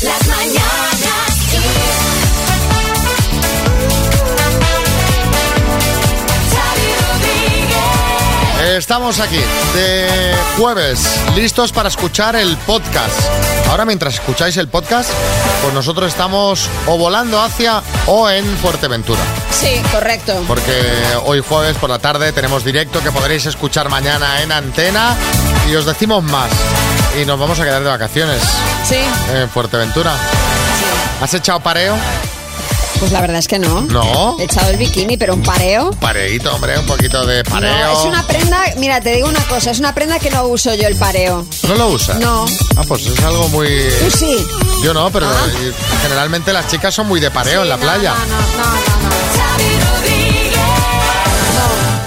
Las mañanas Kiss. Xavi Rodríguez. Estamos aquí de jueves, listos para escuchar el podcast. Ahora mientras escucháis el podcast, pues nosotros estamos o volando hacia o en Fuerteventura. Sí, correcto. Porque hoy jueves por la tarde tenemos directo que podréis escuchar mañana en antena y os decimos más. Y nos vamos a quedar de vacaciones Sí. en Fuerteventura. ¿Has echado pareo? Pues la verdad es que no. No. He echado el bikini, pero un pareo. Pareíto, hombre, un poquito de pareo. No, es una prenda, mira, te digo una cosa, es una prenda que no uso yo el pareo. ¿No lo usas? No. Ah, pues es algo muy... Tú sí. Yo no, pero eh, generalmente las chicas son muy de pareo en la Ah. No, playa. No, no, no, no, no. Xavi Rodríguez.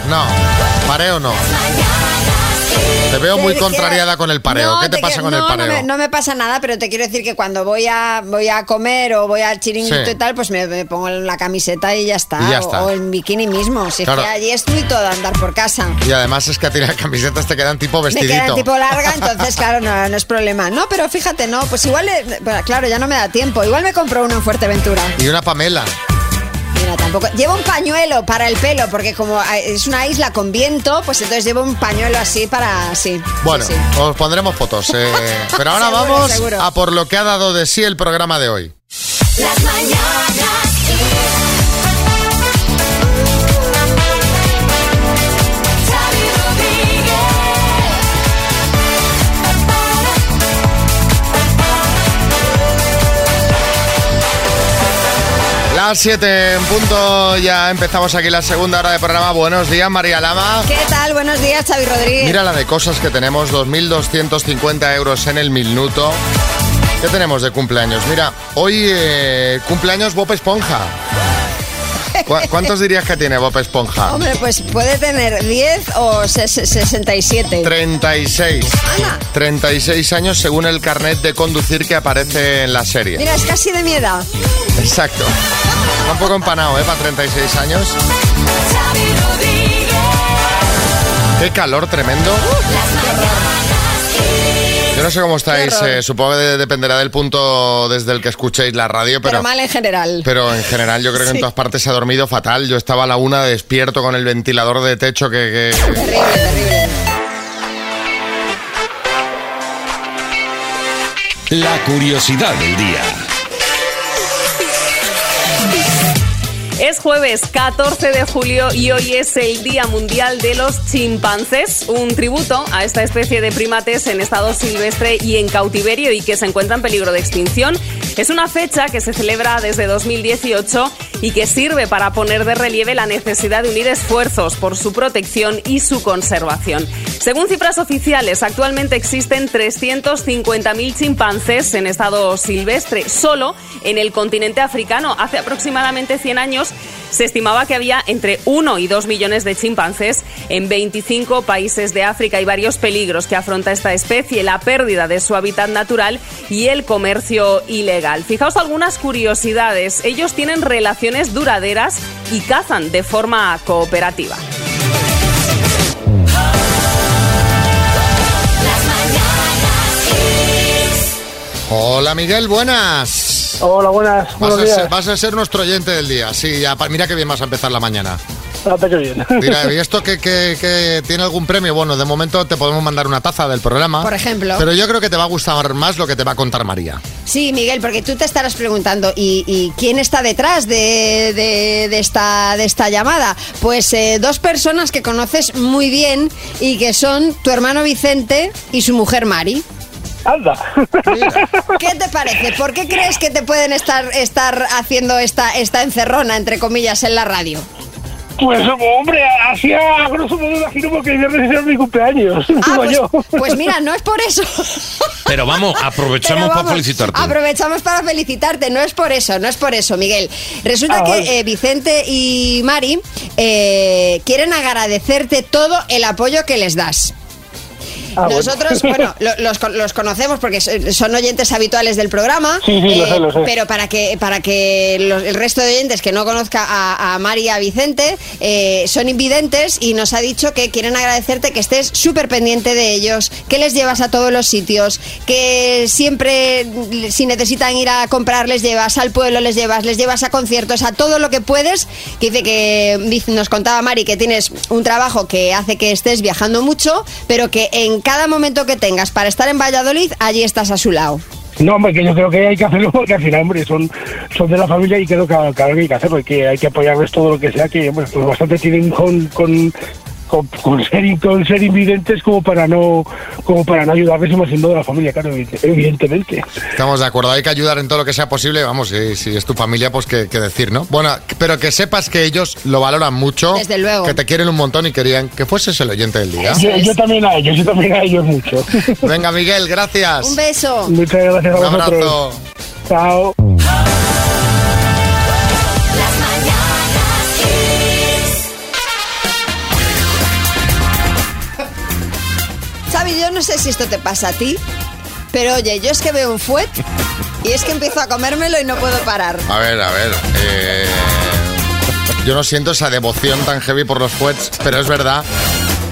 No. pareo no. Mañanas Kiss. Te veo muy Te quiero- contrariada con el pareo. No, ¿Qué te, te pasa quiero- con el no, pareo? No me, no me pasa nada, pero te quiero decir que cuando voy a voy a comer o voy al chiringuito Sí. y tal, pues me, me pongo la camiseta y ya está. Y ya o- está. O, en bikini mismo. Si Claro. es que allí es muy todo andar por casa. Y además es que a ti las camisetas te quedan tipo Me vestidito. queda tipo larga, entonces claro, no, no es problema. No, pero fíjate, no, pues igual, eh, bueno, claro, ya no me da tiempo. Igual me compro uno en Fuerteventura. Y una Pamela. Mira, tampoco. Llevo un pañuelo para el pelo, porque como eh, es una isla con viento, pues entonces llevo un pañuelo así para así. Bueno, Sí, sí. os pondremos fotos. eh. Pero ahora Seguro, vamos seguro. a por lo que ha dado de sí el programa de hoy. Las mañanas Kiss. Xavi Rodríguez. Las 7 en punto, ya empezamos aquí la segunda hora de programa. Buenos días, María Lama. ¿Qué tal? Buenos días, Xavi Rodríguez. Mira la de cosas que tenemos, 2.250 euros en el minuto. ¿Qué tenemos de cumpleaños? Mira, hoy eh, cumpleaños Bob Esponja. ¿Cu- ¿Cuántos dirías que tiene Bob Esponja? Hombre, pues puede tener 10 o ses- 67. 36. Ana. 36 años según el carnet de conducir que aparece en la serie. Mira, es casi de mi edad. Exacto. Está un poco empanado, ¿eh? Para 36 años. Xavi Rodríguez. Qué calor tremendo. Las mañanas Kiss. Yo no sé cómo estáis, Qué horror. eh, supongo que de- dependerá del punto desde el que escuchéis la radio, Pero, pero... mal en general. Pero en general yo creo que en Sí. todas partes se ha dormido fatal. Yo estaba a la una despierto con el ventilador de techo que... que- Terrible, terrible. La curiosidad del día. Es jueves 14 de julio y hoy es el Día Mundial de los Chimpancés, un tributo a esta especie de primates en estado silvestre y en cautiverio y que se encuentra en peligro de extinción. Es una fecha que se celebra desde 2018 y que sirve para poner de relieve la necesidad de unir esfuerzos por su protección y su conservación. Según cifras oficiales, actualmente existen 350.000 chimpancés en estado silvestre. Solo en el continente africano, hace aproximadamente 100 años, se estimaba que había entre 1 y 2 millones de chimpancés en 25 países de África. Hay varios peligros que afronta esta especie, la pérdida de su hábitat natural y el comercio ilegal. Fijaos algunas curiosidades. Ellos tienen relaciones duraderas y cazan de forma cooperativa. Las mañanas Kiss. Hola Miguel, buenas. Hola, buenas, Vas buenos a, ser, días. vas a ser nuestro oyente del día. Sí, ya, pa- mira qué bien vas a empezar la mañana. Fíjate que bien. Mira, ¿y esto que, tiene algún premio? Bueno, de momento te podemos mandar una taza del programa. Por ejemplo. Pero yo creo que te va a gustar más lo que te va a contar María. Sí, Miguel, porque tú te estarás preguntando, ¿y, y quién está detrás de, de- de esta, de esta llamada? Pues eh, dos personas que conoces muy bien y que son tu hermano Vicente y su mujer Mari. Anda. ¿Qué te parece? ¿Por qué crees que te pueden estar, estar haciendo esta, esta encerrona, entre comillas, en la radio? Pues hombre, hacía grosso modo imagino porque viernes era mi cumpleaños. Ah, digo pues, yo. pues mira, no es por eso. Pero vamos, aprovechamos Pero para vamos, felicitarte. Aprovechamos para felicitarte, no es por eso, no es por eso, Miguel. Resulta Ah, que vale. eh, Vicente y Mari eh, quieren agradecerte todo el apoyo que les das. Ah, bueno. Nosotros, bueno, lo- los, con- los conocemos porque so- son oyentes habituales del programa. Eh, Sí, sí, lo sé, lo sé. Pero para que, para que los- el resto de oyentes que no conozca a, a Mari y a Vicente, eh, son invidentes y nos ha dicho que quieren agradecerte que estés súper pendiente de ellos, que les llevas a todos los sitios, que siempre, si necesitan ir a comprar, les llevas al pueblo, les llevas, les llevas a conciertos, a todo lo que puedes. Que dice que dice- nos contaba Mari que tienes un trabajo que hace que estés viajando mucho, pero que en cada momento que tengas para estar en Valladolid, allí estás a su lado. No, hombre, que yo creo que hay que hacerlo porque al final, hombre, son, son de la familia y creo que, claro que hay que hacerlo y que hay que apoyarles todo lo que sea, que hombre, pues bastante tienen con, con, con, con ser, in- con ser invidentes como para no como para no ayudarles y más siendo de la familia, claro, evidente- evidentemente. Estamos de acuerdo, hay que ayudar en todo lo que sea posible, vamos, si, si es tu familia, pues que, que decir, ¿no? Bueno, pero que sepas que ellos lo valoran mucho, Desde luego. que te quieren un montón y querían que fueses el oyente del día. Eso Yo, es. yo también a ellos, yo también a ellos mucho. Venga, Miguel, gracias. Un beso. Muchas gracias Un a vosotros. abrazo. Chao. Las mañanas Kiss. Xavi, yo no sé si esto te pasa a ti, pero oye, yo es que veo un fuet y es que empiezo a comérmelo y no puedo parar. A ver, a ver. eh, Yo no siento esa devoción tan heavy por los fuets, pero es verdad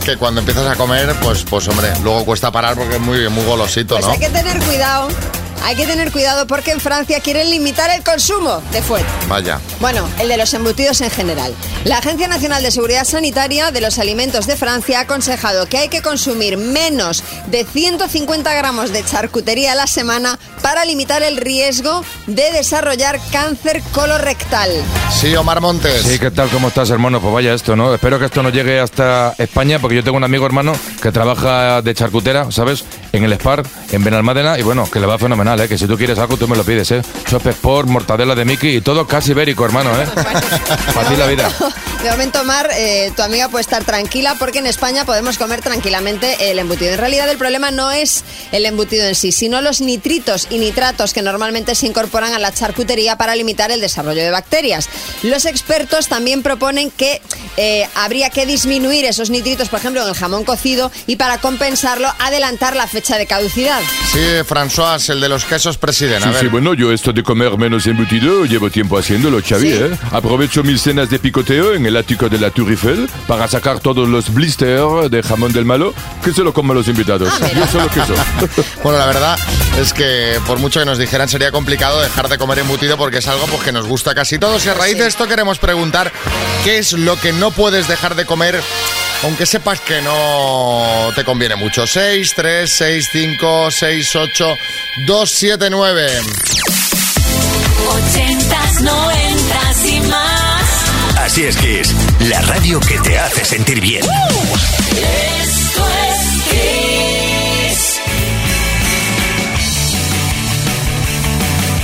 que cuando empiezas a comer, pues, pues hombre, luego cuesta parar porque es muy, muy golosito, Pues ¿no? hay que tener cuidado, hay que tener cuidado porque en Francia quieren limitar el consumo de fuet. Vaya. Bueno, el de los embutidos en general. La Agencia Nacional de Seguridad Sanitaria de los Alimentos de Francia ha aconsejado que hay que consumir menos de 150 gramos de charcutería a la semana para limitar el riesgo de desarrollar cáncer colorectal. Sí, Omar Montes. Sí, ¿qué tal? ¿Cómo estás, hermano? Pues vaya esto, ¿no? Espero que esto no llegue hasta España, porque yo tengo un amigo, hermano, que trabaja de charcutera, ¿sabes? En el Spar, en Benalmádena, y bueno, que le va fenomenal, ¿eh? Que si tú quieres algo, tú me lo pides, ¿eh? Chope Sport, mortadela de Mickey y todo casi ibérico, hermano, ¿eh? Para ti la vida. De momento, Mar, eh, tu amiga puede estar tranquila porque en España podemos comer tranquilamente el embutido. En realidad, el problema no es el embutido en sí, sino los nitritos y nitratos que normalmente se incorporan a la charcutería para limitar el desarrollo de bacterias. Los expertos también proponen que eh, habría que disminuir esos nitritos, por ejemplo, en el jamón cocido y para compensarlo, adelantar la fecha de caducidad. Sí, François, el de los quesos presidente. Sí, A ver. sí, bueno, yo esto de comer menos embutido llevo tiempo haciéndolo, Xavi, Sí. ¿eh? Aprovecho mis cenas de picoteo en el ático de la Tour Eiffel para sacar todos los blisters de jamón del malo que se lo comen los invitados. Ah, mira. yo solo queso. Bueno, la verdad es que por mucho que nos dijeran sería complicado dejar de comer embutido porque es algo pues, que nos gusta casi todos. Y a raíz de esto queremos preguntar qué es lo que no puedes dejar de comer aunque sepas que no te conviene mucho. 6, 3, 6, 5, 6, 8, 2, 7, 9. 80s, 90s y más. Así es Kiss, la radio que te hace sentir bien. Esto es Kiss.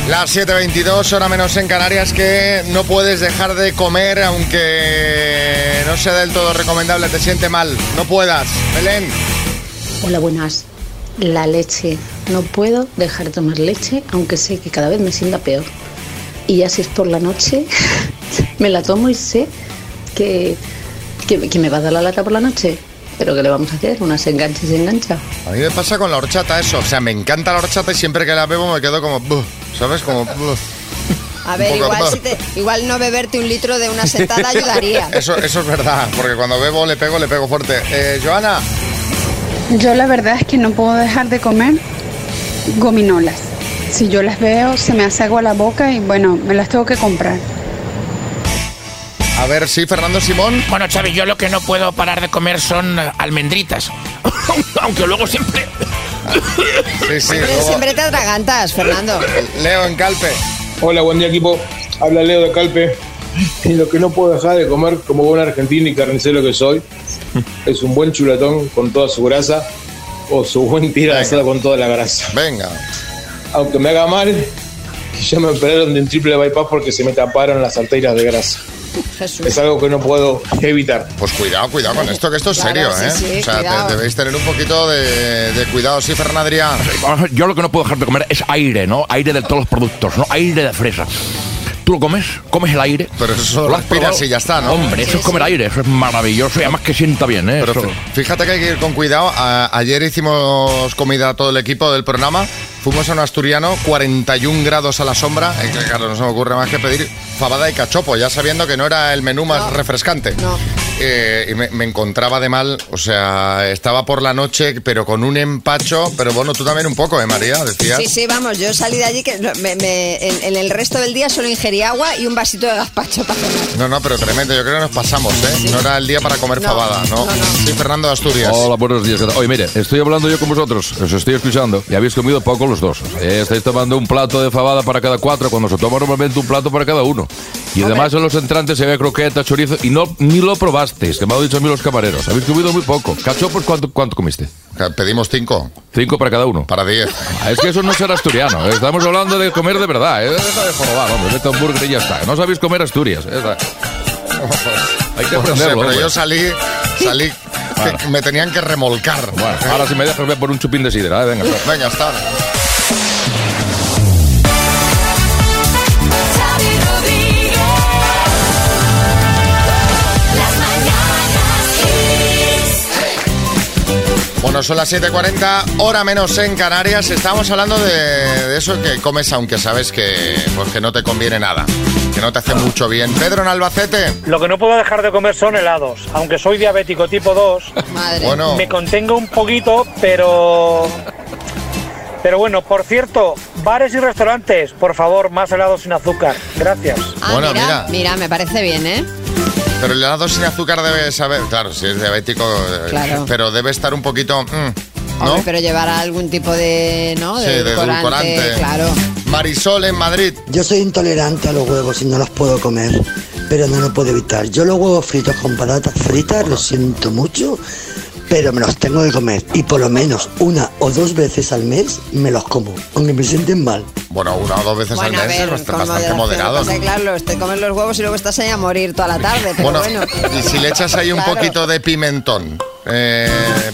Las 7.22, hora menos en Canarias, que no puedes dejar de comer aunque no sea del todo recomendable, te siente mal. No puedas. Belén. Hola, buenas. La leche. No puedo dejar de tomar leche, aunque sé que cada vez me sienta peor. Y ya si es por la noche, me la tomo y sé que, que, que me va a dar la lata por la noche. Pero ¿qué le vamos a hacer? Una se engancha y se engancha. A mí me pasa con la horchata eso, o sea, me encanta la horchata y siempre que la bebo me quedo como, "Buh", ¿sabes? Como, "Buh". A ver, Un poco igual, más. si te- igual no beberte un litro de una sentada ayudaría. eso, eso es verdad, porque cuando bebo le pego, le pego fuerte. Eh, Joana, Yo la verdad es que no puedo dejar de comer gominolas. Si yo las veo, se me hace agua la boca y bueno, me las tengo que comprar. a ver si Fernando Simón, Bueno, Xavi, yo lo que no puedo parar de comer son eh, almendritas. Aunque luego siempre... sí, sí, Siempre- luego- Siempre te atragantas, Fernando. Leo en Calpe. Hola, buen día equipo. Habla Leo de Calpe. Y lo que no puedo dejar de comer como buen argentino y carnicero que soy es un buen chulatón con toda su grasa o su buen tira de asada con toda la grasa. Venga, Aunque me haga mal, que ya me operaron de un triple bypass porque se me taparon las arterias de grasa. Jesús. Es algo que no puedo evitar. pues cuidado, cuidado con esto, que esto es Claro, serio, ¿eh? sí, sí, o sea, te- cuidado. debéis tener un poquito de, de cuidado, sí, Fernandria. Ah, Yo lo que no puedo dejar de comer es aire, ¿no? Aire de todos los productos, ¿no? Aire de fresa. Tú lo comes, comes el aire. Pero eso lo has respiras probado. y ya está, ¿no? Hombre, eso es comer aire, eso es maravilloso y además que sienta bien, ¿eh? Pero Eso- fí- fíjate que hay que ir con cuidado. A- ayer hicimos comida a todo el equipo del programa. Fuimos a un asturiano, 41 grados a la sombra. Eh, que, claro, no se me ocurre más que pedir fabada y cachopo, ya sabiendo que no era el menú más refrescante. Eh, y me, me encontraba de mal, o sea, estaba por la noche, pero con un empacho. Pero bueno, tú también un poco, ¿eh, María? Decías. Sí, sí, vamos, yo salí de allí que me- me- en, en el resto del día solo ingerí agua y un vasito de gazpacho para cenar. No, no, pero tremendo, yo creo que nos pasamos, ¿eh? No era el día para comer fabada, ¿no? Sí, Fernando de Asturias. Hola, buenos días. ¿qué tal? Oye, mire, estoy hablando yo con vosotros, os estoy escuchando y habéis comido poco los dos. Eh, estáis tomando un plato de fabada para cada cuatro, cuando se toma normalmente un plato para cada uno. Y además en los entrantes se ve croqueta, chorizo y no ni lo probasteis, que me han dicho a mí los camareros. Habéis comido muy poco. Cachopos, ¿cuánto, cuánto comiste? Pedimos cinco. Cinco para cada uno. Para diez. Es que eso no será asturiano. ¿eh? Estamos hablando de comer de verdad. ¿eh? Deja de jorobar, hombre. Vete a hamburguesa y ya está. No sabéis comer Asturias. Esa- Hay Pues no que sé, aprenderlo, pero hombre. yo salí, salí, que me tenían que remolcar. Bueno, ahora si me dejas voy a por un chupín de sidra, ¿eh? venga. hasta- Venga, hasta ahora. Xavi Rodríguez. Las mañanas Kiss. Bueno, son las 7.40, hora menos en Canarias. Estamos hablando de, de eso que comes aunque sabes que, pues que no te conviene nada, que no te hace mucho bien. Pedro en Albacete. Lo que no puedo dejar de comer son helados. Aunque soy diabético tipo 2, Bueno. me contengo un poquito, pero. Pero bueno, por cierto, bares y restaurantes, por favor, más helados sin azúcar. Gracias. Ah, Bueno, mira, mira. me parece bien, ¿eh? Pero el helado sin azúcar debe saber, claro, si es diabético, eh, Claro. pero debe estar un poquito... mm, ¿No? Hombre, pero llevará algún tipo de, ¿no? Sí, de edulcorante. Claro. Marisol en Madrid. Yo soy intolerante a los huevos y no los puedo comer, pero no lo puedo evitar. Yo los huevos fritos con patatas fritas lo siento mucho, pero me los tengo que comer y por lo menos una o dos veces al mes me los como, aunque me sienten mal. Bueno, una o dos veces Bueno, a al mes ver, es bast- con bastante moderación, lo moderado. que pasa es ¿no? que, Claro, te comes los huevos y luego estás ahí a morir toda la tarde, pero Bueno, bueno. Y si le echas ahí un Claro. poquito de pimentón, eh,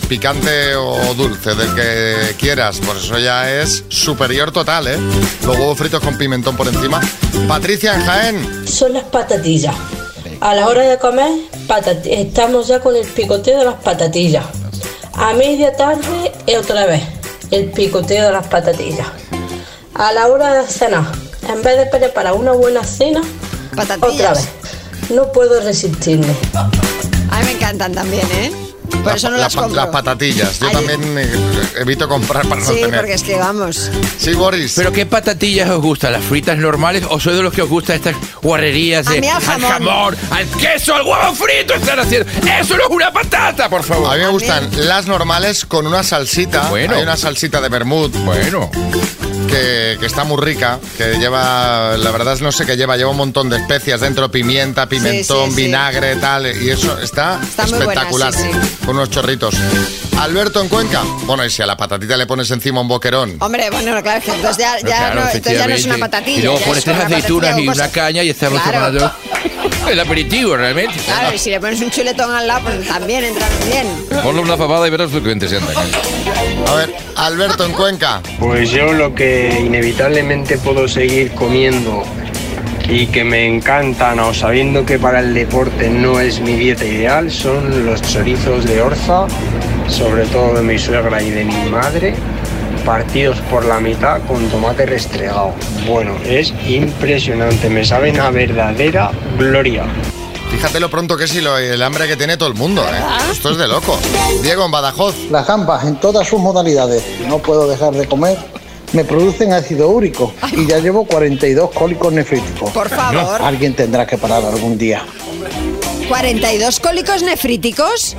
picante o dulce, del que quieras, pues eso ya es superior total, ¿eh? Los huevos fritos con pimentón por encima. Patricia en Jaén. Son las patatillas. A la hora de comer, patat- estamos ya con el picoteo de las patatillas. A media tarde, y otra vez, el picoteo de las patatillas. A la hora de cenar, en vez de preparar una buena cena, otra vez. No puedo resistirme. A mí me encantan también, ¿eh? Por La- eso no la las pa- compro. Las patatillas. Yo Ay. también eh, evito comprar para Sí, no tener. porque es que vamos. Sí, Boris. ¿Pero qué patatillas os gustan? ¿Las fritas normales o soy de los que os gustan estas guarrerías A de mí al jamón. jamón, al queso, al huevo frito? Están haciendo. ¡Eso no es una patata, por favor! A mí me gustan las normales con una salsita. Bueno. Hay una salsita de vermut. Bueno. Que, que está muy rica, que lleva, la verdad es no sé qué lleva, lleva un montón de especias dentro, pimienta, pimentón, sí, sí. vinagre, tal, y eso está, Está muy buena, espectacular, sí, con unos chorritos. Alberto en Cuenca, bueno, y si a la patatita le pones encima un boquerón, Hombre, bueno, claro, es que entonces ya, ya, Pero claro, no, entonces ya no es una efectivamente. patatilla. Y luego ya pones es una tres aceitunas patatilla y o una cosas. caña y estamos Claro. tomando el aperitivo, realmente. Claro, y si le pones un chuletón al lado, pues también entran bien. Ponle una fabada y verás lo que te sienta. A ver, Alberto en Cuenca. Pues yo lo que inevitablemente puedo seguir comiendo y que me encantan, o sabiendo que para el deporte no es mi dieta ideal, son los chorizos de orza, sobre todo de mi suegra y de mi madre, partidos por la mitad con tomate restregado. Bueno, es impresionante, me saben a verdadera gloria. fíjate lo pronto que es y lo- el hambre que tiene todo el mundo, ¿eh? esto es de loco. Diego en Badajoz, Las gambas en todas sus modalidades, no puedo dejar de comer, me producen ácido úrico y ya llevo 42 cólicos nefríticos. Por favor. Alguien tendrá que parar algún día. 42 cólicos nefríticos.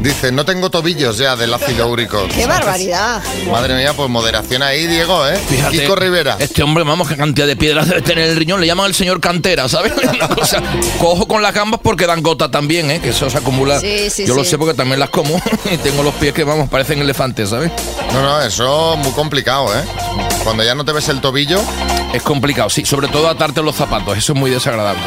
dice, no tengo tobillos ya del ácido úrico. ¡Qué barbaridad! Madre mía, pues moderación ahí, Diego, ¿eh? Fíjate, Kiko Rivera. Este hombre, vamos, qué cantidad de piedras debe tener en el riñón. Le llaman el señor cantera, ¿sabes? Una cosa. Cojo con las gambas porque dan gota también, ¿eh? Que eso se acumula. Sí, sí, Yo lo sí. sé porque también las como y tengo los pies que, vamos, parecen elefantes, ¿sabes? No, no, eso muy complicado, ¿eh? Cuando ya no te ves el tobillo. Es complicado, sí. Sobre todo atarte los zapatos. Eso es muy desagradable.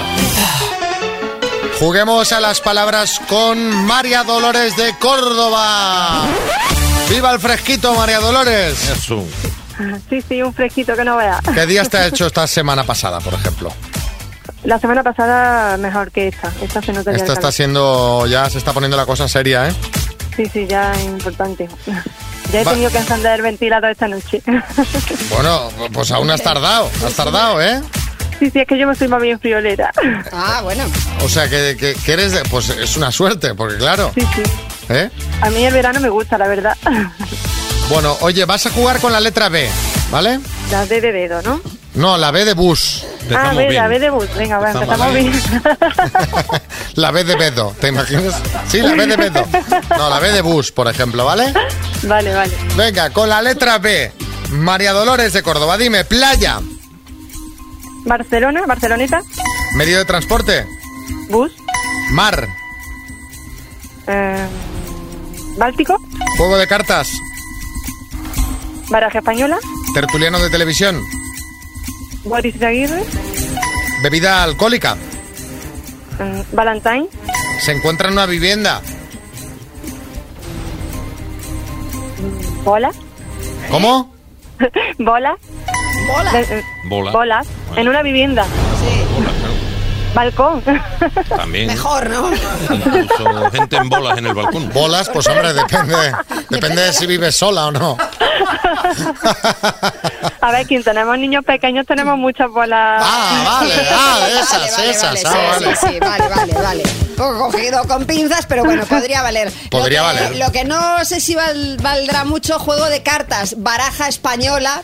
Juguemos a las palabras con María Dolores de Córdoba. ¡Viva el fresquito, María Dolores! Sí, sí, un fresquito que no vea. Pues ¿Qué día está hecho esta semana pasada, por ejemplo? La semana pasada mejor que esta. Esta se nota ya Esta el está cambio. siendo, ya se está poniendo la cosa seria, ¿eh? Sí, sí, ya es importante. Ya he Va- tenido que encender el ventilador esta noche. Bueno, pues aún has tardado, has tardado, ¿eh? sí, sí, es que yo me soy más bien friolera. Ah, bueno. O sea, que, que- que eres, de- pues es una suerte, porque claro, Sí, sí. ¿eh? A mí el verano me gusta, la verdad. Bueno, oye, vas a jugar con la letra B, ¿vale? La D de dedo, ¿no? No, la B de bus. ah, B, la B de bus. Venga, va, Empezamos empezamos bien. La B de Bedo, ¿te imaginas? Sí, la B de Bedo. No, la B de bus, por ejemplo, ¿vale? vale, vale. Venga, con la letra B. María Dolores de Córdoba, dime, playa, Barcelona, Barceloneta, medio de transporte, bus, mar, eh, Em, Báltico, juego de cartas, baraja española, tertuliano de televisión, Boris de Aguirre, bebida alcohólica, eh, Valentine, se encuentra en una vivienda. bola, ¿Cómo? bola, bola, Bola. bolas, en una vivienda, balcón, También. ¿no? Incluso gente en bolas en el balcón. Bolas, pues hombre, depende, depende de si vives sola o no. A ver, quien tenemos niños pequeños tenemos muchas bolas. Ah, vale, ah, esas, esas, vale, ah, sí, vale. sí, sí, vale, vale, vale. Un poco cogido con pinzas, pero bueno, podría valer. Podría lo que, valer. Lo que no sé si val- valdrá mucho, juego de cartas, baraja española.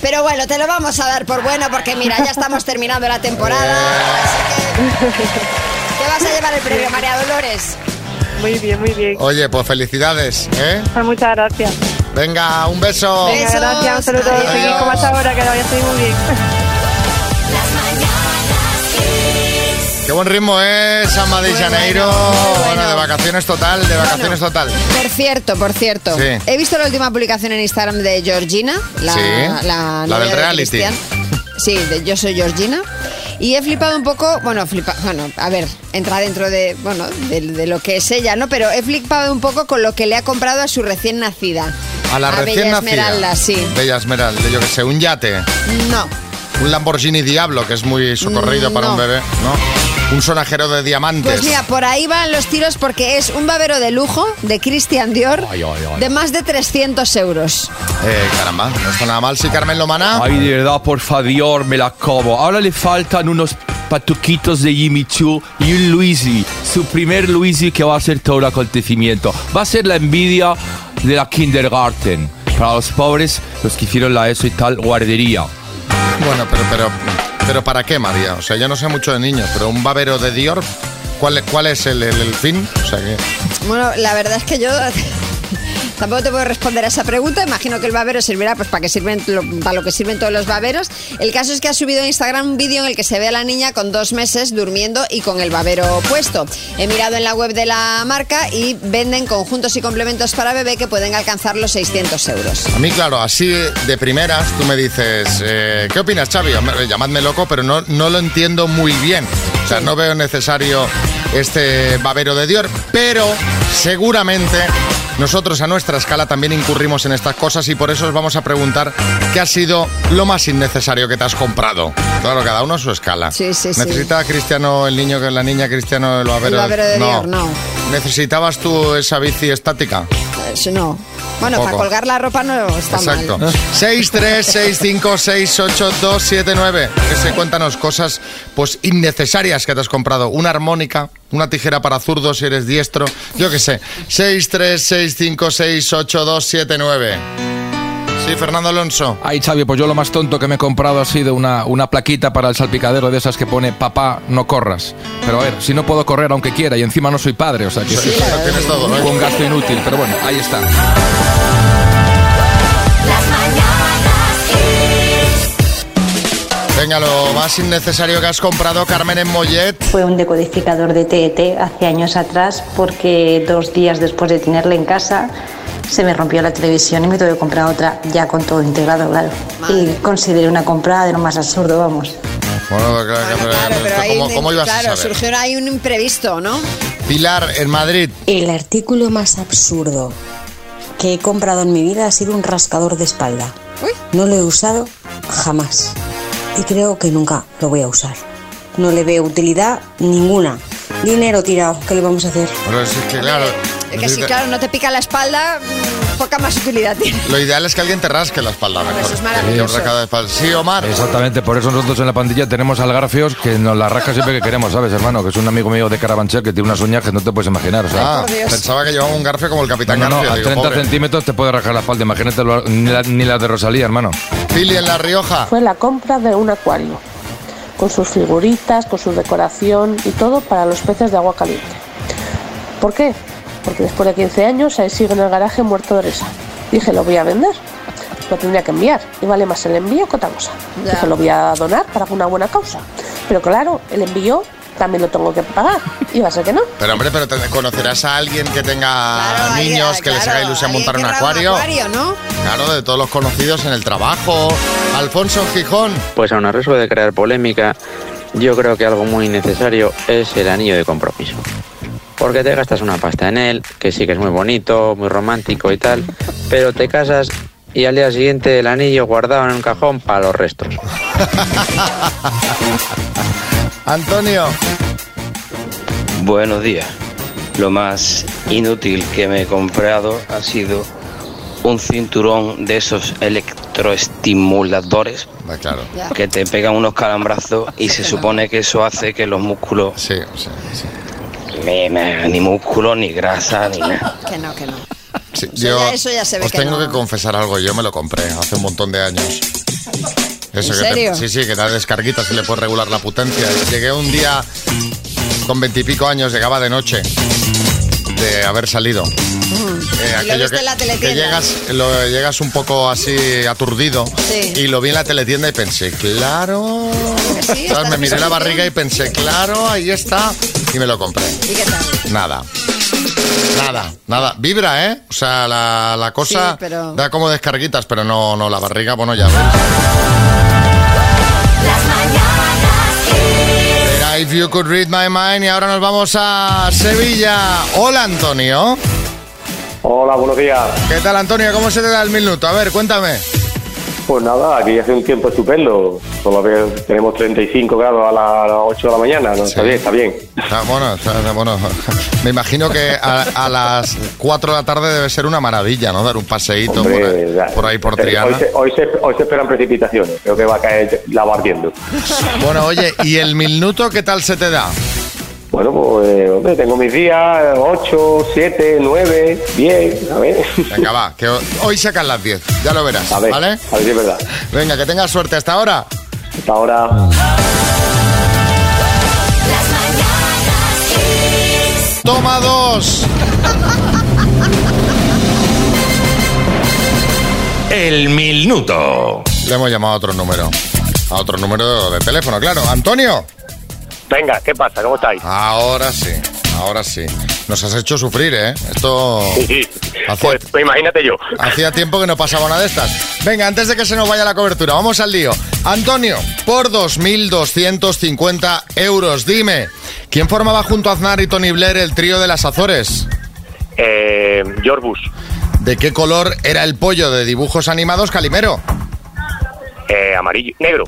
Pero bueno, te lo vamos a dar por bueno porque mira, ya estamos terminando la temporada. así que- Te vas a llevar el premio, María Dolores. Muy bien, muy bien. Oye, pues felicidades, ¿eh? Pues muchas gracias. Venga, un beso. Venga, gracias, un saludo. Seguid como hasta ahora, que lo vaya a seguir muy bien. Qué buen ritmo, ¿eh? Samba de Janeiro. Bueno, de vacaciones total, de vacaciones total. Por cierto, por cierto, Sí. he visto la última publicación en Instagram de Georgina, la, Sí, la la novia del de reality. Cristian. Sí, de Yo soy Georgina. Y he flipado un poco, bueno, flipa, bueno, a ver, entra dentro de, bueno, de, de lo que es ella, ¿no? Pero he flipado un poco con lo que le ha comprado a su recién nacida. A la recién Bella nacida. Esmeralda, sí. Bella Esmeralda, yo qué sé, un yate. No, Un Lamborghini Diablo, que es muy socorrido para Mm, No. un bebé, ¿no? Un sonajero de diamantes. Pues mira, por ahí van los tiros porque es un babero de lujo de Christian Dior Ay, ay, ay. de más de 300 euros. Eh, caramba, no está nada mal. Sí, Carmen Lomana. Ay, de verdad, por favor, me la como. Ahora le faltan unos patuquitos de Jimmy Choo y un Luigi. Su primer Luigi que va a ser todo un acontecimiento. Va a ser la envidia de la kindergarten. Para los pobres, los que hicieron la ESO y tal, guardería. Bueno, pero, pero, pero ¿para qué, María? O sea, yo no sé mucho de niños, pero un babero de Dior, ¿cuál, cuál es el, el- el fin? O sea, que... Bueno, la verdad es que yo tampoco te puedo responder a esa pregunta. Imagino que el babero servirá pues para que sirven lo- para lo que sirven todos los baberos. El caso es que ha subido a Instagram un vídeo en el que se ve a la niña con dos meses durmiendo y con el babero puesto. He mirado en la web de la marca y venden conjuntos y complementos para bebé que pueden alcanzar los 600 euros. A mí, claro, así de primeras tú me dices, eh, ¿qué opinas, Xavi? Hombre, Llamadme loco, pero no, no lo entiendo muy bien. O sea, no veo necesario este babero de Dior, pero seguramente nosotros a nuestra escala también incurrimos en estas cosas y por eso os vamos a preguntar qué ha sido lo más innecesario que te has comprado. Claro, cada uno a su escala. Sí, sí, sí. ¿Necesita Cristiano el niño que la niña Cristiano el El babero, babero de Dior, no. ¿Necesitabas tú esa bici estática? Eso no. Bueno, para Poco. colgar la ropa no está mal. Exacto. 636568279. Ese, cuéntanos cosas pues innecesarias que te has comprado. Una armónica, una tijera para zurdo si eres diestro. Yo qué sé. 636568279. Sí, Fernando Alonso. Ay, Xavi, pues yo lo más tonto que me he comprado ha sido una, una plaquita para el salpicadero de esas que pone papá, no corras. Pero a ver, si no puedo correr aunque quiera y encima no soy padre, o sea que Sí, lo tienes todo, ¿eh? fue un gasto inútil, pero bueno, ahí está. Venga, lo más innecesario que has comprado, Carmen en Mollet. Fue un decodificador de TET hace años atrás porque dos días después de tenerla en casa se me rompió la televisión y me tuve que comprar otra ya con todo integrado, claro. Y consideré una compra de lo más absurdo, vamos. Bueno, claro, pero- Pero ahí, ¿cómo, cómo ibas claro, a saber? surgió ahí un imprevisto, ¿no? Pilar en Madrid. El artículo más absurdo que he comprado en mi vida ha sido un rascador de espalda. No lo he usado jamás. Y creo que nunca lo voy a usar. no le veo utilidad ninguna. Dinero tirado, ¿qué le vamos a hacer? Bueno, es que claro. Es que si, necesita- claro, no te pica la espalda, mm, poca más utilidad tiene. Lo ideal es que alguien te rasque la espalda mejor. eso es maravilloso. Que un rascado de espalda. Sí, Omar. Eh, Exactamente, por eso nosotros en la pandilla tenemos algarfios que nos la rasca siempre que queremos, ¿sabes, hermano? Que es un amigo mío de Carabanchel que tiene unas uñas que no te puedes imaginar. o sea. Ah, pensaba que llevaba un garfio como el Capitán No, no, Garfio. a digo, 30 pobre. centímetros te puede rascar la espalda, imagínate lo- ni la, ni la de Rosalía, hermano. Pili en La Rioja. Fue la compra de un acuario, con sus figuritas, con su decoración y todo para los peces de agua caliente. ¿Por qué? Porque después de 15 años ahí sigue en el garaje muerto de risa. Dije, lo voy a vender. Lo tendría que enviar y vale más el envío que otra cosa. Dije, lo voy a donar para una buena causa. Pero claro, el envío también lo tengo que pagar y va a ser que no. Pero hombre, pero te- conocerás a alguien que tenga niños ah, que les haga ilusión montar un acuario. acuario, ¿no? Claro, de todos los conocidos en el trabajo. Alfonso en Gijón. Pues a un riesgo de crear polémica, yo creo que algo muy necesario es el anillo de compromiso. Porque te gastas una pasta en él, que sí que es muy bonito, muy romántico y tal, pero te casas y al día siguiente el anillo guardado en un cajón para los restos. Antonio. Buenos días. Lo más inútil que me he comprado ha sido un cinturón de esos electroestimuladores Ya. que te pegan unos calambrazos y se supone que eso hace que los músculos... Me- me- ni músculo, ni grasa, ni nada. Que no, que no. Sí, sea, yo ya eso ya se ve os que tengo no. que confesar algo, yo me lo compré hace un montón de años. Eso que ¿En te- serio? sí, sí, que da descarguitas y le puedes regular la potencia. Llegué un día con veintipico años, llegaba de noche de haber salido. Eh, Mm. Y lo aquello viste en la teletienda. que llegas, lo, llegas un poco así aturdido Sí. y lo vi en la teletienda y pensé, claro. ¿Sabes? Me miré la barriga y pensé, claro, ahí está. Y me lo compré. ¿Y qué tal? Nada. Nada, nada. Vibra, ¿eh? O sea, la, la cosa Sí, pero- da como descarguitas, pero no, no, la barriga, bueno, ya ves. Era If You Could Read My Mind y ahora nos vamos a Sevilla. Hola, Antonio. Hola, buenos días. ¿Qué tal, Antonio? ¿Cómo se te da el minuto? A ver, cuéntame. Pues nada, aquí hace un tiempo estupendo. Todavía tenemos 35 grados a la- a las 8 de la mañana. ¿no? Está bien, está bien. Está Ah, bueno, está bueno. Me imagino que a, a las 4 de la tarde debe ser una maravilla, ¿no? Dar un paseíto por ahí, por ahí, por Pero Hoy Triana. se, hoy, se, hoy se esperan precipitaciones. Creo que va a caer la barriendo. Bueno, oye, ¿y el minuto qué tal se te da? Bueno, pues eh, hombre, tengo mis días 8, 7, 9, 10. A ver. Venga, va, que ho- hoy sacan las 10, ya lo verás, A ver, ¿vale? a ver si es verdad. Venga, que tengas suerte hasta ahora. Hasta ahora. Ah. Toma dos. El minuto. Le hemos llamado a otro número. A otro número de teléfono, claro. Antonio. Venga, ¿qué pasa? ¿Cómo estáis? Ahora sí, ahora sí. Nos has hecho sufrir, ¿eh? Esto... Hacía, Pues imagínate yo. hacía tiempo que no pasaba una de estas. Venga, antes de que se nos vaya la cobertura, vamos al lío. Antonio, por 2.250 euros, dime, ¿quién formaba junto a Aznar y Tony Blair el trío de las Azores? Eh, George Bush, ¿De qué color era el pollo de dibujos animados Calimero? eh, amarillo, negro,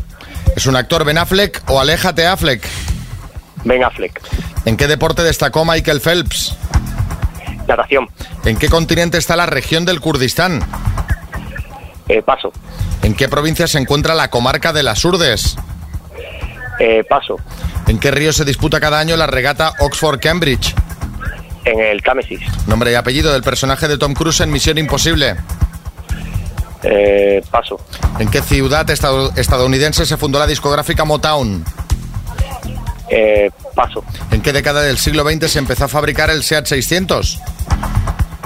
¿Es un actor Ben Affleck o Aléjate Affleck? Ben Affleck, ¿En qué deporte destacó Michael Phelps? natación, ¿En qué continente está la región del Kurdistán? eh, paso, ¿En qué provincia se encuentra la comarca de las Urdes? eh, paso, ¿En qué río se disputa cada año la regata Oxford-Cambridge? en el Támesis, Nombre y apellido del personaje de Tom Cruise en Misión Imposible. eh, paso, ¿En qué ciudad estad- estadounidense se fundó la discográfica Motown? eh, paso, ¿En qué década del siglo XX se empezó a fabricar el Seat 600?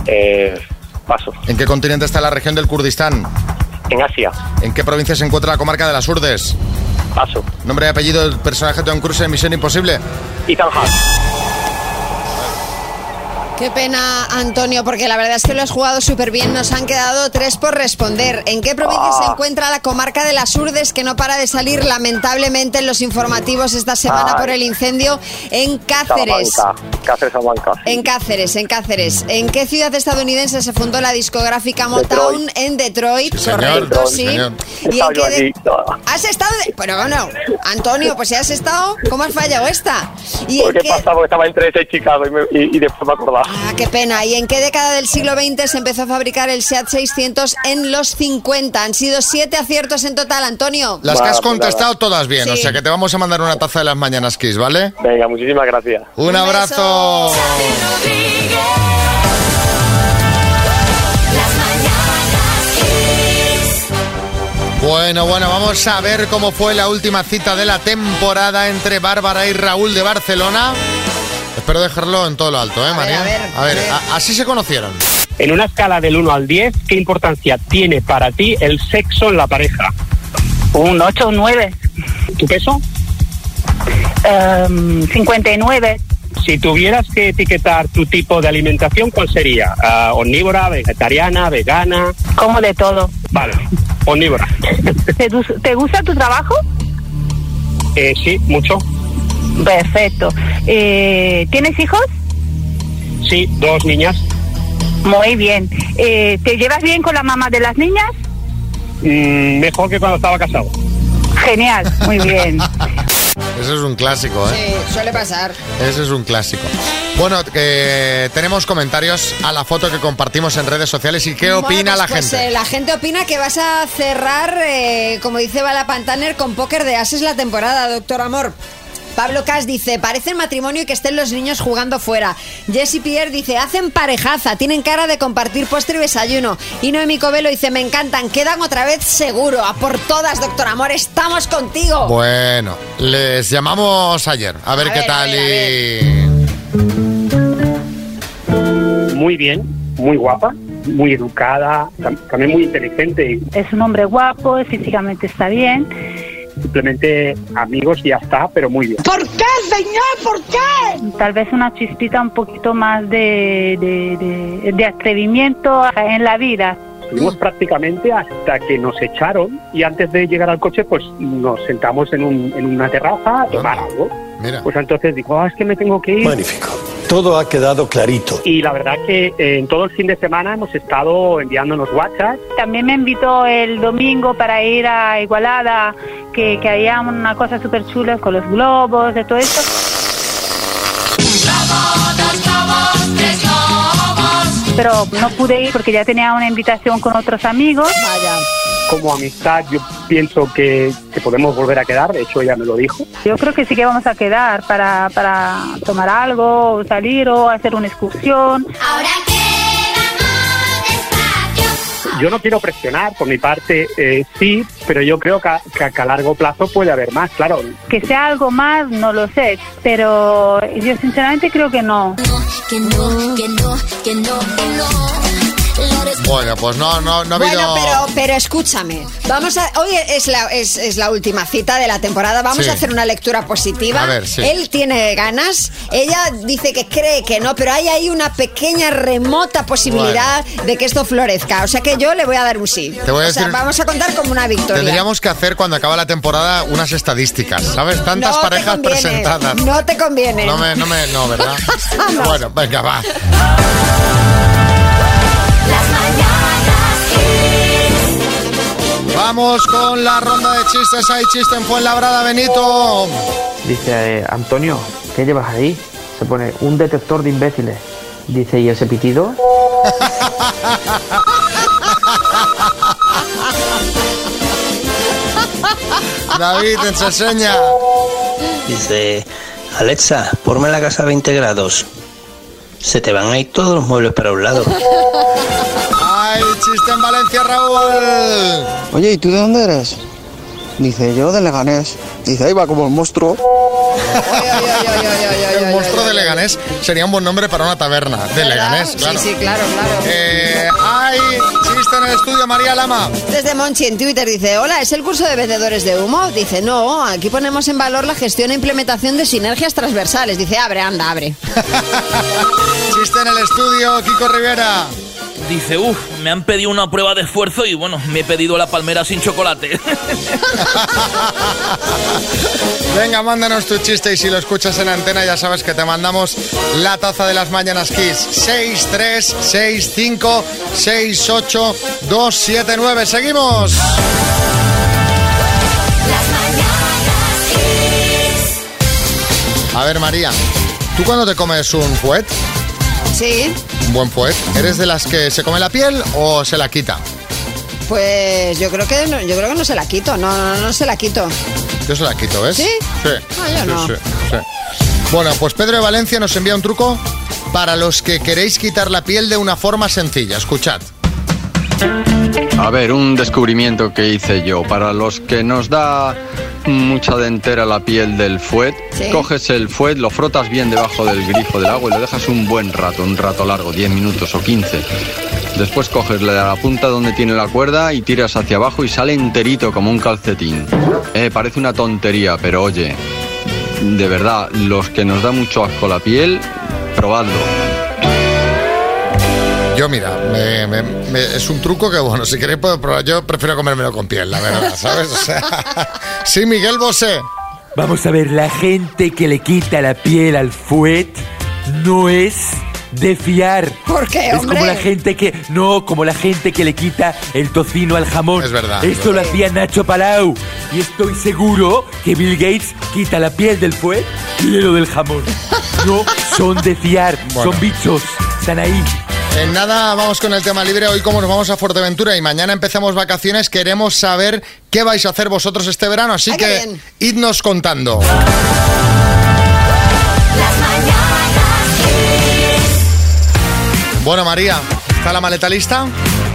eh, paso, ¿En qué continente está la región del Kurdistán? en Asia, ¿En qué provincia se encuentra la comarca de las Urdes? paso, Nombre y apellido del personaje de Tom Cruise en Misión Imposible. Ethan Hawke, Qué pena, Antonio, porque la verdad es que lo has jugado súper bien. Nos han quedado tres por responder. ¿En qué provincia Ah. se encuentra la comarca de las Urdes que no para de salir lamentablemente en los informativos esta semana Ay. por el incendio en Cáceres? Salamanca. Cáceres, Salamanca. En Cáceres, en Cáceres. ¿En qué ciudad estadounidense se fundó la discográfica Motown? En Detroit, correcto, sí. ¿Y en Estaba yo qué de- allí. Ah, ¿Has estado? de- Pero bueno, Antonio, pues si has estado, ¿cómo has fallado esta? ¿Y en Porque qué... pasaba, porque estaba entre ese y Chicago y, me- y- y después me acordaba. Ah, qué pena. ¿Y en qué década del siglo XX se empezó a fabricar el SEAT 600 en los 50? Han sido siete aciertos en total, Antonio. Las que has contestado todas bien, o Sí. sea que te vamos a mandar una taza de las mañanas Kiss, ¿vale? Venga, muchísimas gracias. Un abrazo. Bueno, bueno, vamos a ver cómo fue la última cita de la temporada entre Bárbara y Raúl de Barcelona. Espero dejarlo en todo lo alto, ¿eh, María? ver, a ver, a- así se conocieron. En una escala del 1 al 10, ¿qué importancia tiene para ti el sexo en la pareja? Un 8 o 9. ¿Tu peso? Em, 59. Si tuvieras que etiquetar tu tipo de alimentación, ¿cuál sería? Ah, ¿Omnívora, vegetariana, vegana? Como de todo. Vale, omnívora. ¿Te, du- te gusta tu trabajo? Eh, sí, mucho. Perfecto. Eh, ¿Tienes hijos? Sí, dos niñas. Muy bien. Eh, ¿Te llevas bien con la mamá de las niñas? Mm, mejor que cuando estaba casado. Genial, muy bien. Ese es un clásico, ¿eh? Sí, suele pasar. Ese es un clásico. Bueno, eh, tenemos comentarios a la foto que compartimos en redes sociales y qué opina Bueno, pues, la pues, gente. eh, la gente opina que vas a cerrar, eh, como dice Bala Pantaner, con póker de ases la temporada, doctor Amor. Pablo Cas dice, parece el matrimonio y que estén los niños jugando fuera. Jesse Pierre dice, hacen parejaza, tienen cara de compartir postre y desayuno. Y Noemi Covelo dice, me encantan, quedan otra vez seguro. A por todas, doctor Amor, estamos contigo. Bueno, les llamamos ayer. A ver A qué ver, a tal Muy bien, muy guapa, muy educada, tam- también muy inteligente. Es un hombre guapo, físicamente está bien. Simplemente amigos y ya está, pero muy bien. ¿Por qué, señor? ¿Por qué? Tal vez una chispita un poquito más de, de- de- de atrevimiento en la vida. Estuvimos prácticamente hasta que nos echaron y antes de llegar al coche pues nos sentamos en, un- en una terraza a tomar algo. Pues entonces digo, "Ah, es que me tengo que ir. Magnífico. Todo ha quedado clarito. Y la verdad que eh, en todo el fin de semana hemos estado enviándonos WhatsApp. También me invitó el domingo para ir a Igualada, que, que había una cosa súper chula con los globos, de todo esto. Pero no pude ir porque ya tenía una invitación con otros amigos. Como amistad yo pienso que, que podemos volver a quedar, de hecho ella me lo dijo. Yo creo que sí que vamos a quedar para, para tomar algo, o salir o hacer una excursión. Yo no quiero presionar, por mi parte eh, sí, pero yo creo que a, que a- que a largo plazo puede haber más, claro. Que sea algo más, no lo sé, pero yo sinceramente creo que no. y. Bueno, pues no, no, no ha habido. Bueno, pero, pero escúchame. Vamos a, hoy es la, es, es la última cita de la temporada. Vamos Sí. a hacer una lectura positiva. A ver, sí. Él tiene ganas. Ella dice que cree que no, pero hay ahí una pequeña remota posibilidad de que esto florezca. O sea que yo le voy a dar un sí. Te voy a o sea, decir- vamos a contar como una victoria. Tendríamos que hacer cuando acaba la temporada unas estadísticas, ¿sabes? No Tantas te parejas conviene, presentadas. No te conviene. No me, no me, no, ¿verdad? No. Bueno, venga, va. Vamos con la ronda de chistes. Hay chiste en Fuenlabrada, Benito. Dice, eh, Antonio, ¿qué llevas ahí? Se pone un detector de imbéciles. Dice, ¿y ese pitido? David, en Seseña. Dice, Alexa, ponme la casa a 20 grados. Se te van a ir todos los muebles para un lado. Hay chiste en Valencia, Raúl. Oye, ¿y tú de dónde eres? Dice, yo de Leganés. Dice, ahí va como el monstruo. El monstruo de Leganés sería un buen nombre para una taberna de Leganés, claro. Sí, sí, claro, claro. Eh, hay Eh, chiste Entrevista en el estudio, María Lama. Desde Monchi en Twitter dice, hola, ¿es el curso de vendedores de humo? Dice, no, aquí ponemos en valor la gestión e implementación de sinergias transversales. Dice, abre, anda, abre. Chiste en el estudio, Kiko Rivera. Dice, uff, me han pedido una prueba de esfuerzo y bueno, me he pedido la palmera sin chocolate. Venga, mándanos tu chiste y si lo escuchas en antena ya sabes que te mandamos la taza de las mañanas Kiss. 6, 3, 6, 5, 6, 8, 2, 7, 9. Seguimos. A ver, María, ¿tú cuando te comes un fuet, Sí, un buen fuet, eres de las que se come la piel o se la quita? pues yo creo que no, yo creo que no se la quito, no, no, no se la quito. Yo se la quito, ¿ves? ¿Sí? Sí. Ah, yo Sí, no. sí, sí. Bueno, pues Pedro de Valencia nos envía un truco para los que queréis quitar la piel de una forma sencilla. Escuchad. A ver, un descubrimiento que hice yo. Para los que nos da mucha dentera la piel del fuet, Sí. coges el fuet, lo frotas bien debajo del grifo del agua y lo dejas un buen rato, un rato largo, 10 minutos o 15. Después coges la punta donde tiene la cuerda y tiras hacia abajo y sale enterito como un calcetín. Eh, parece una tontería, pero oye, de verdad, los que nos da mucho asco la piel, probadlo. Yo, mira, me- me- me- es un truco que, bueno, si queréis puedo probar. Yo prefiero comérmelo con piel, la verdad, ¿sabes? O sea, sí, Miguel Bosé. Vamos a ver, la gente que le quita la piel al fuet no es de fiar. ¿Por qué, Es hombre? como la gente que. No, como la gente que le quita el tocino al jamón. Es verdad. Esto es lo hacía Nacho Palau. Y estoy seguro que Bill Gates quita la piel del fuet y lo del jamón. No son de fiar, son bichos. Están ahí. En nada, vamos con el tema libre. Hoy, como nos vamos a Fuerteventura y mañana empezamos vacaciones, queremos saber qué vais a hacer vosotros este verano. Así que idnos contando. Bueno, María, ¿está la maleta lista?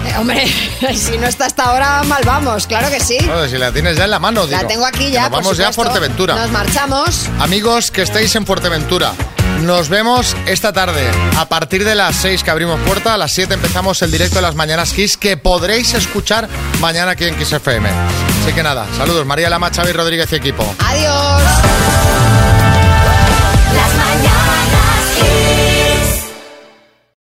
Eh, hombre, si no está hasta ahora, mal vamos, claro que sí. Bueno, si la tienes ya en la mano, La digo. tengo aquí Que ya. nos por vamos ya a supuesto. Fuerteventura. Nos marchamos. Amigos que estáis en Fuerteventura, nos vemos esta tarde. A partir de las 6 que abrimos puerta, a las 7 empezamos el directo de las Mañanas Kiss que podréis escuchar mañana aquí en Kiss FM. Así que nada, saludos María Lama, Xavi Rodríguez y equipo. Adiós. Las mañanas Kiss.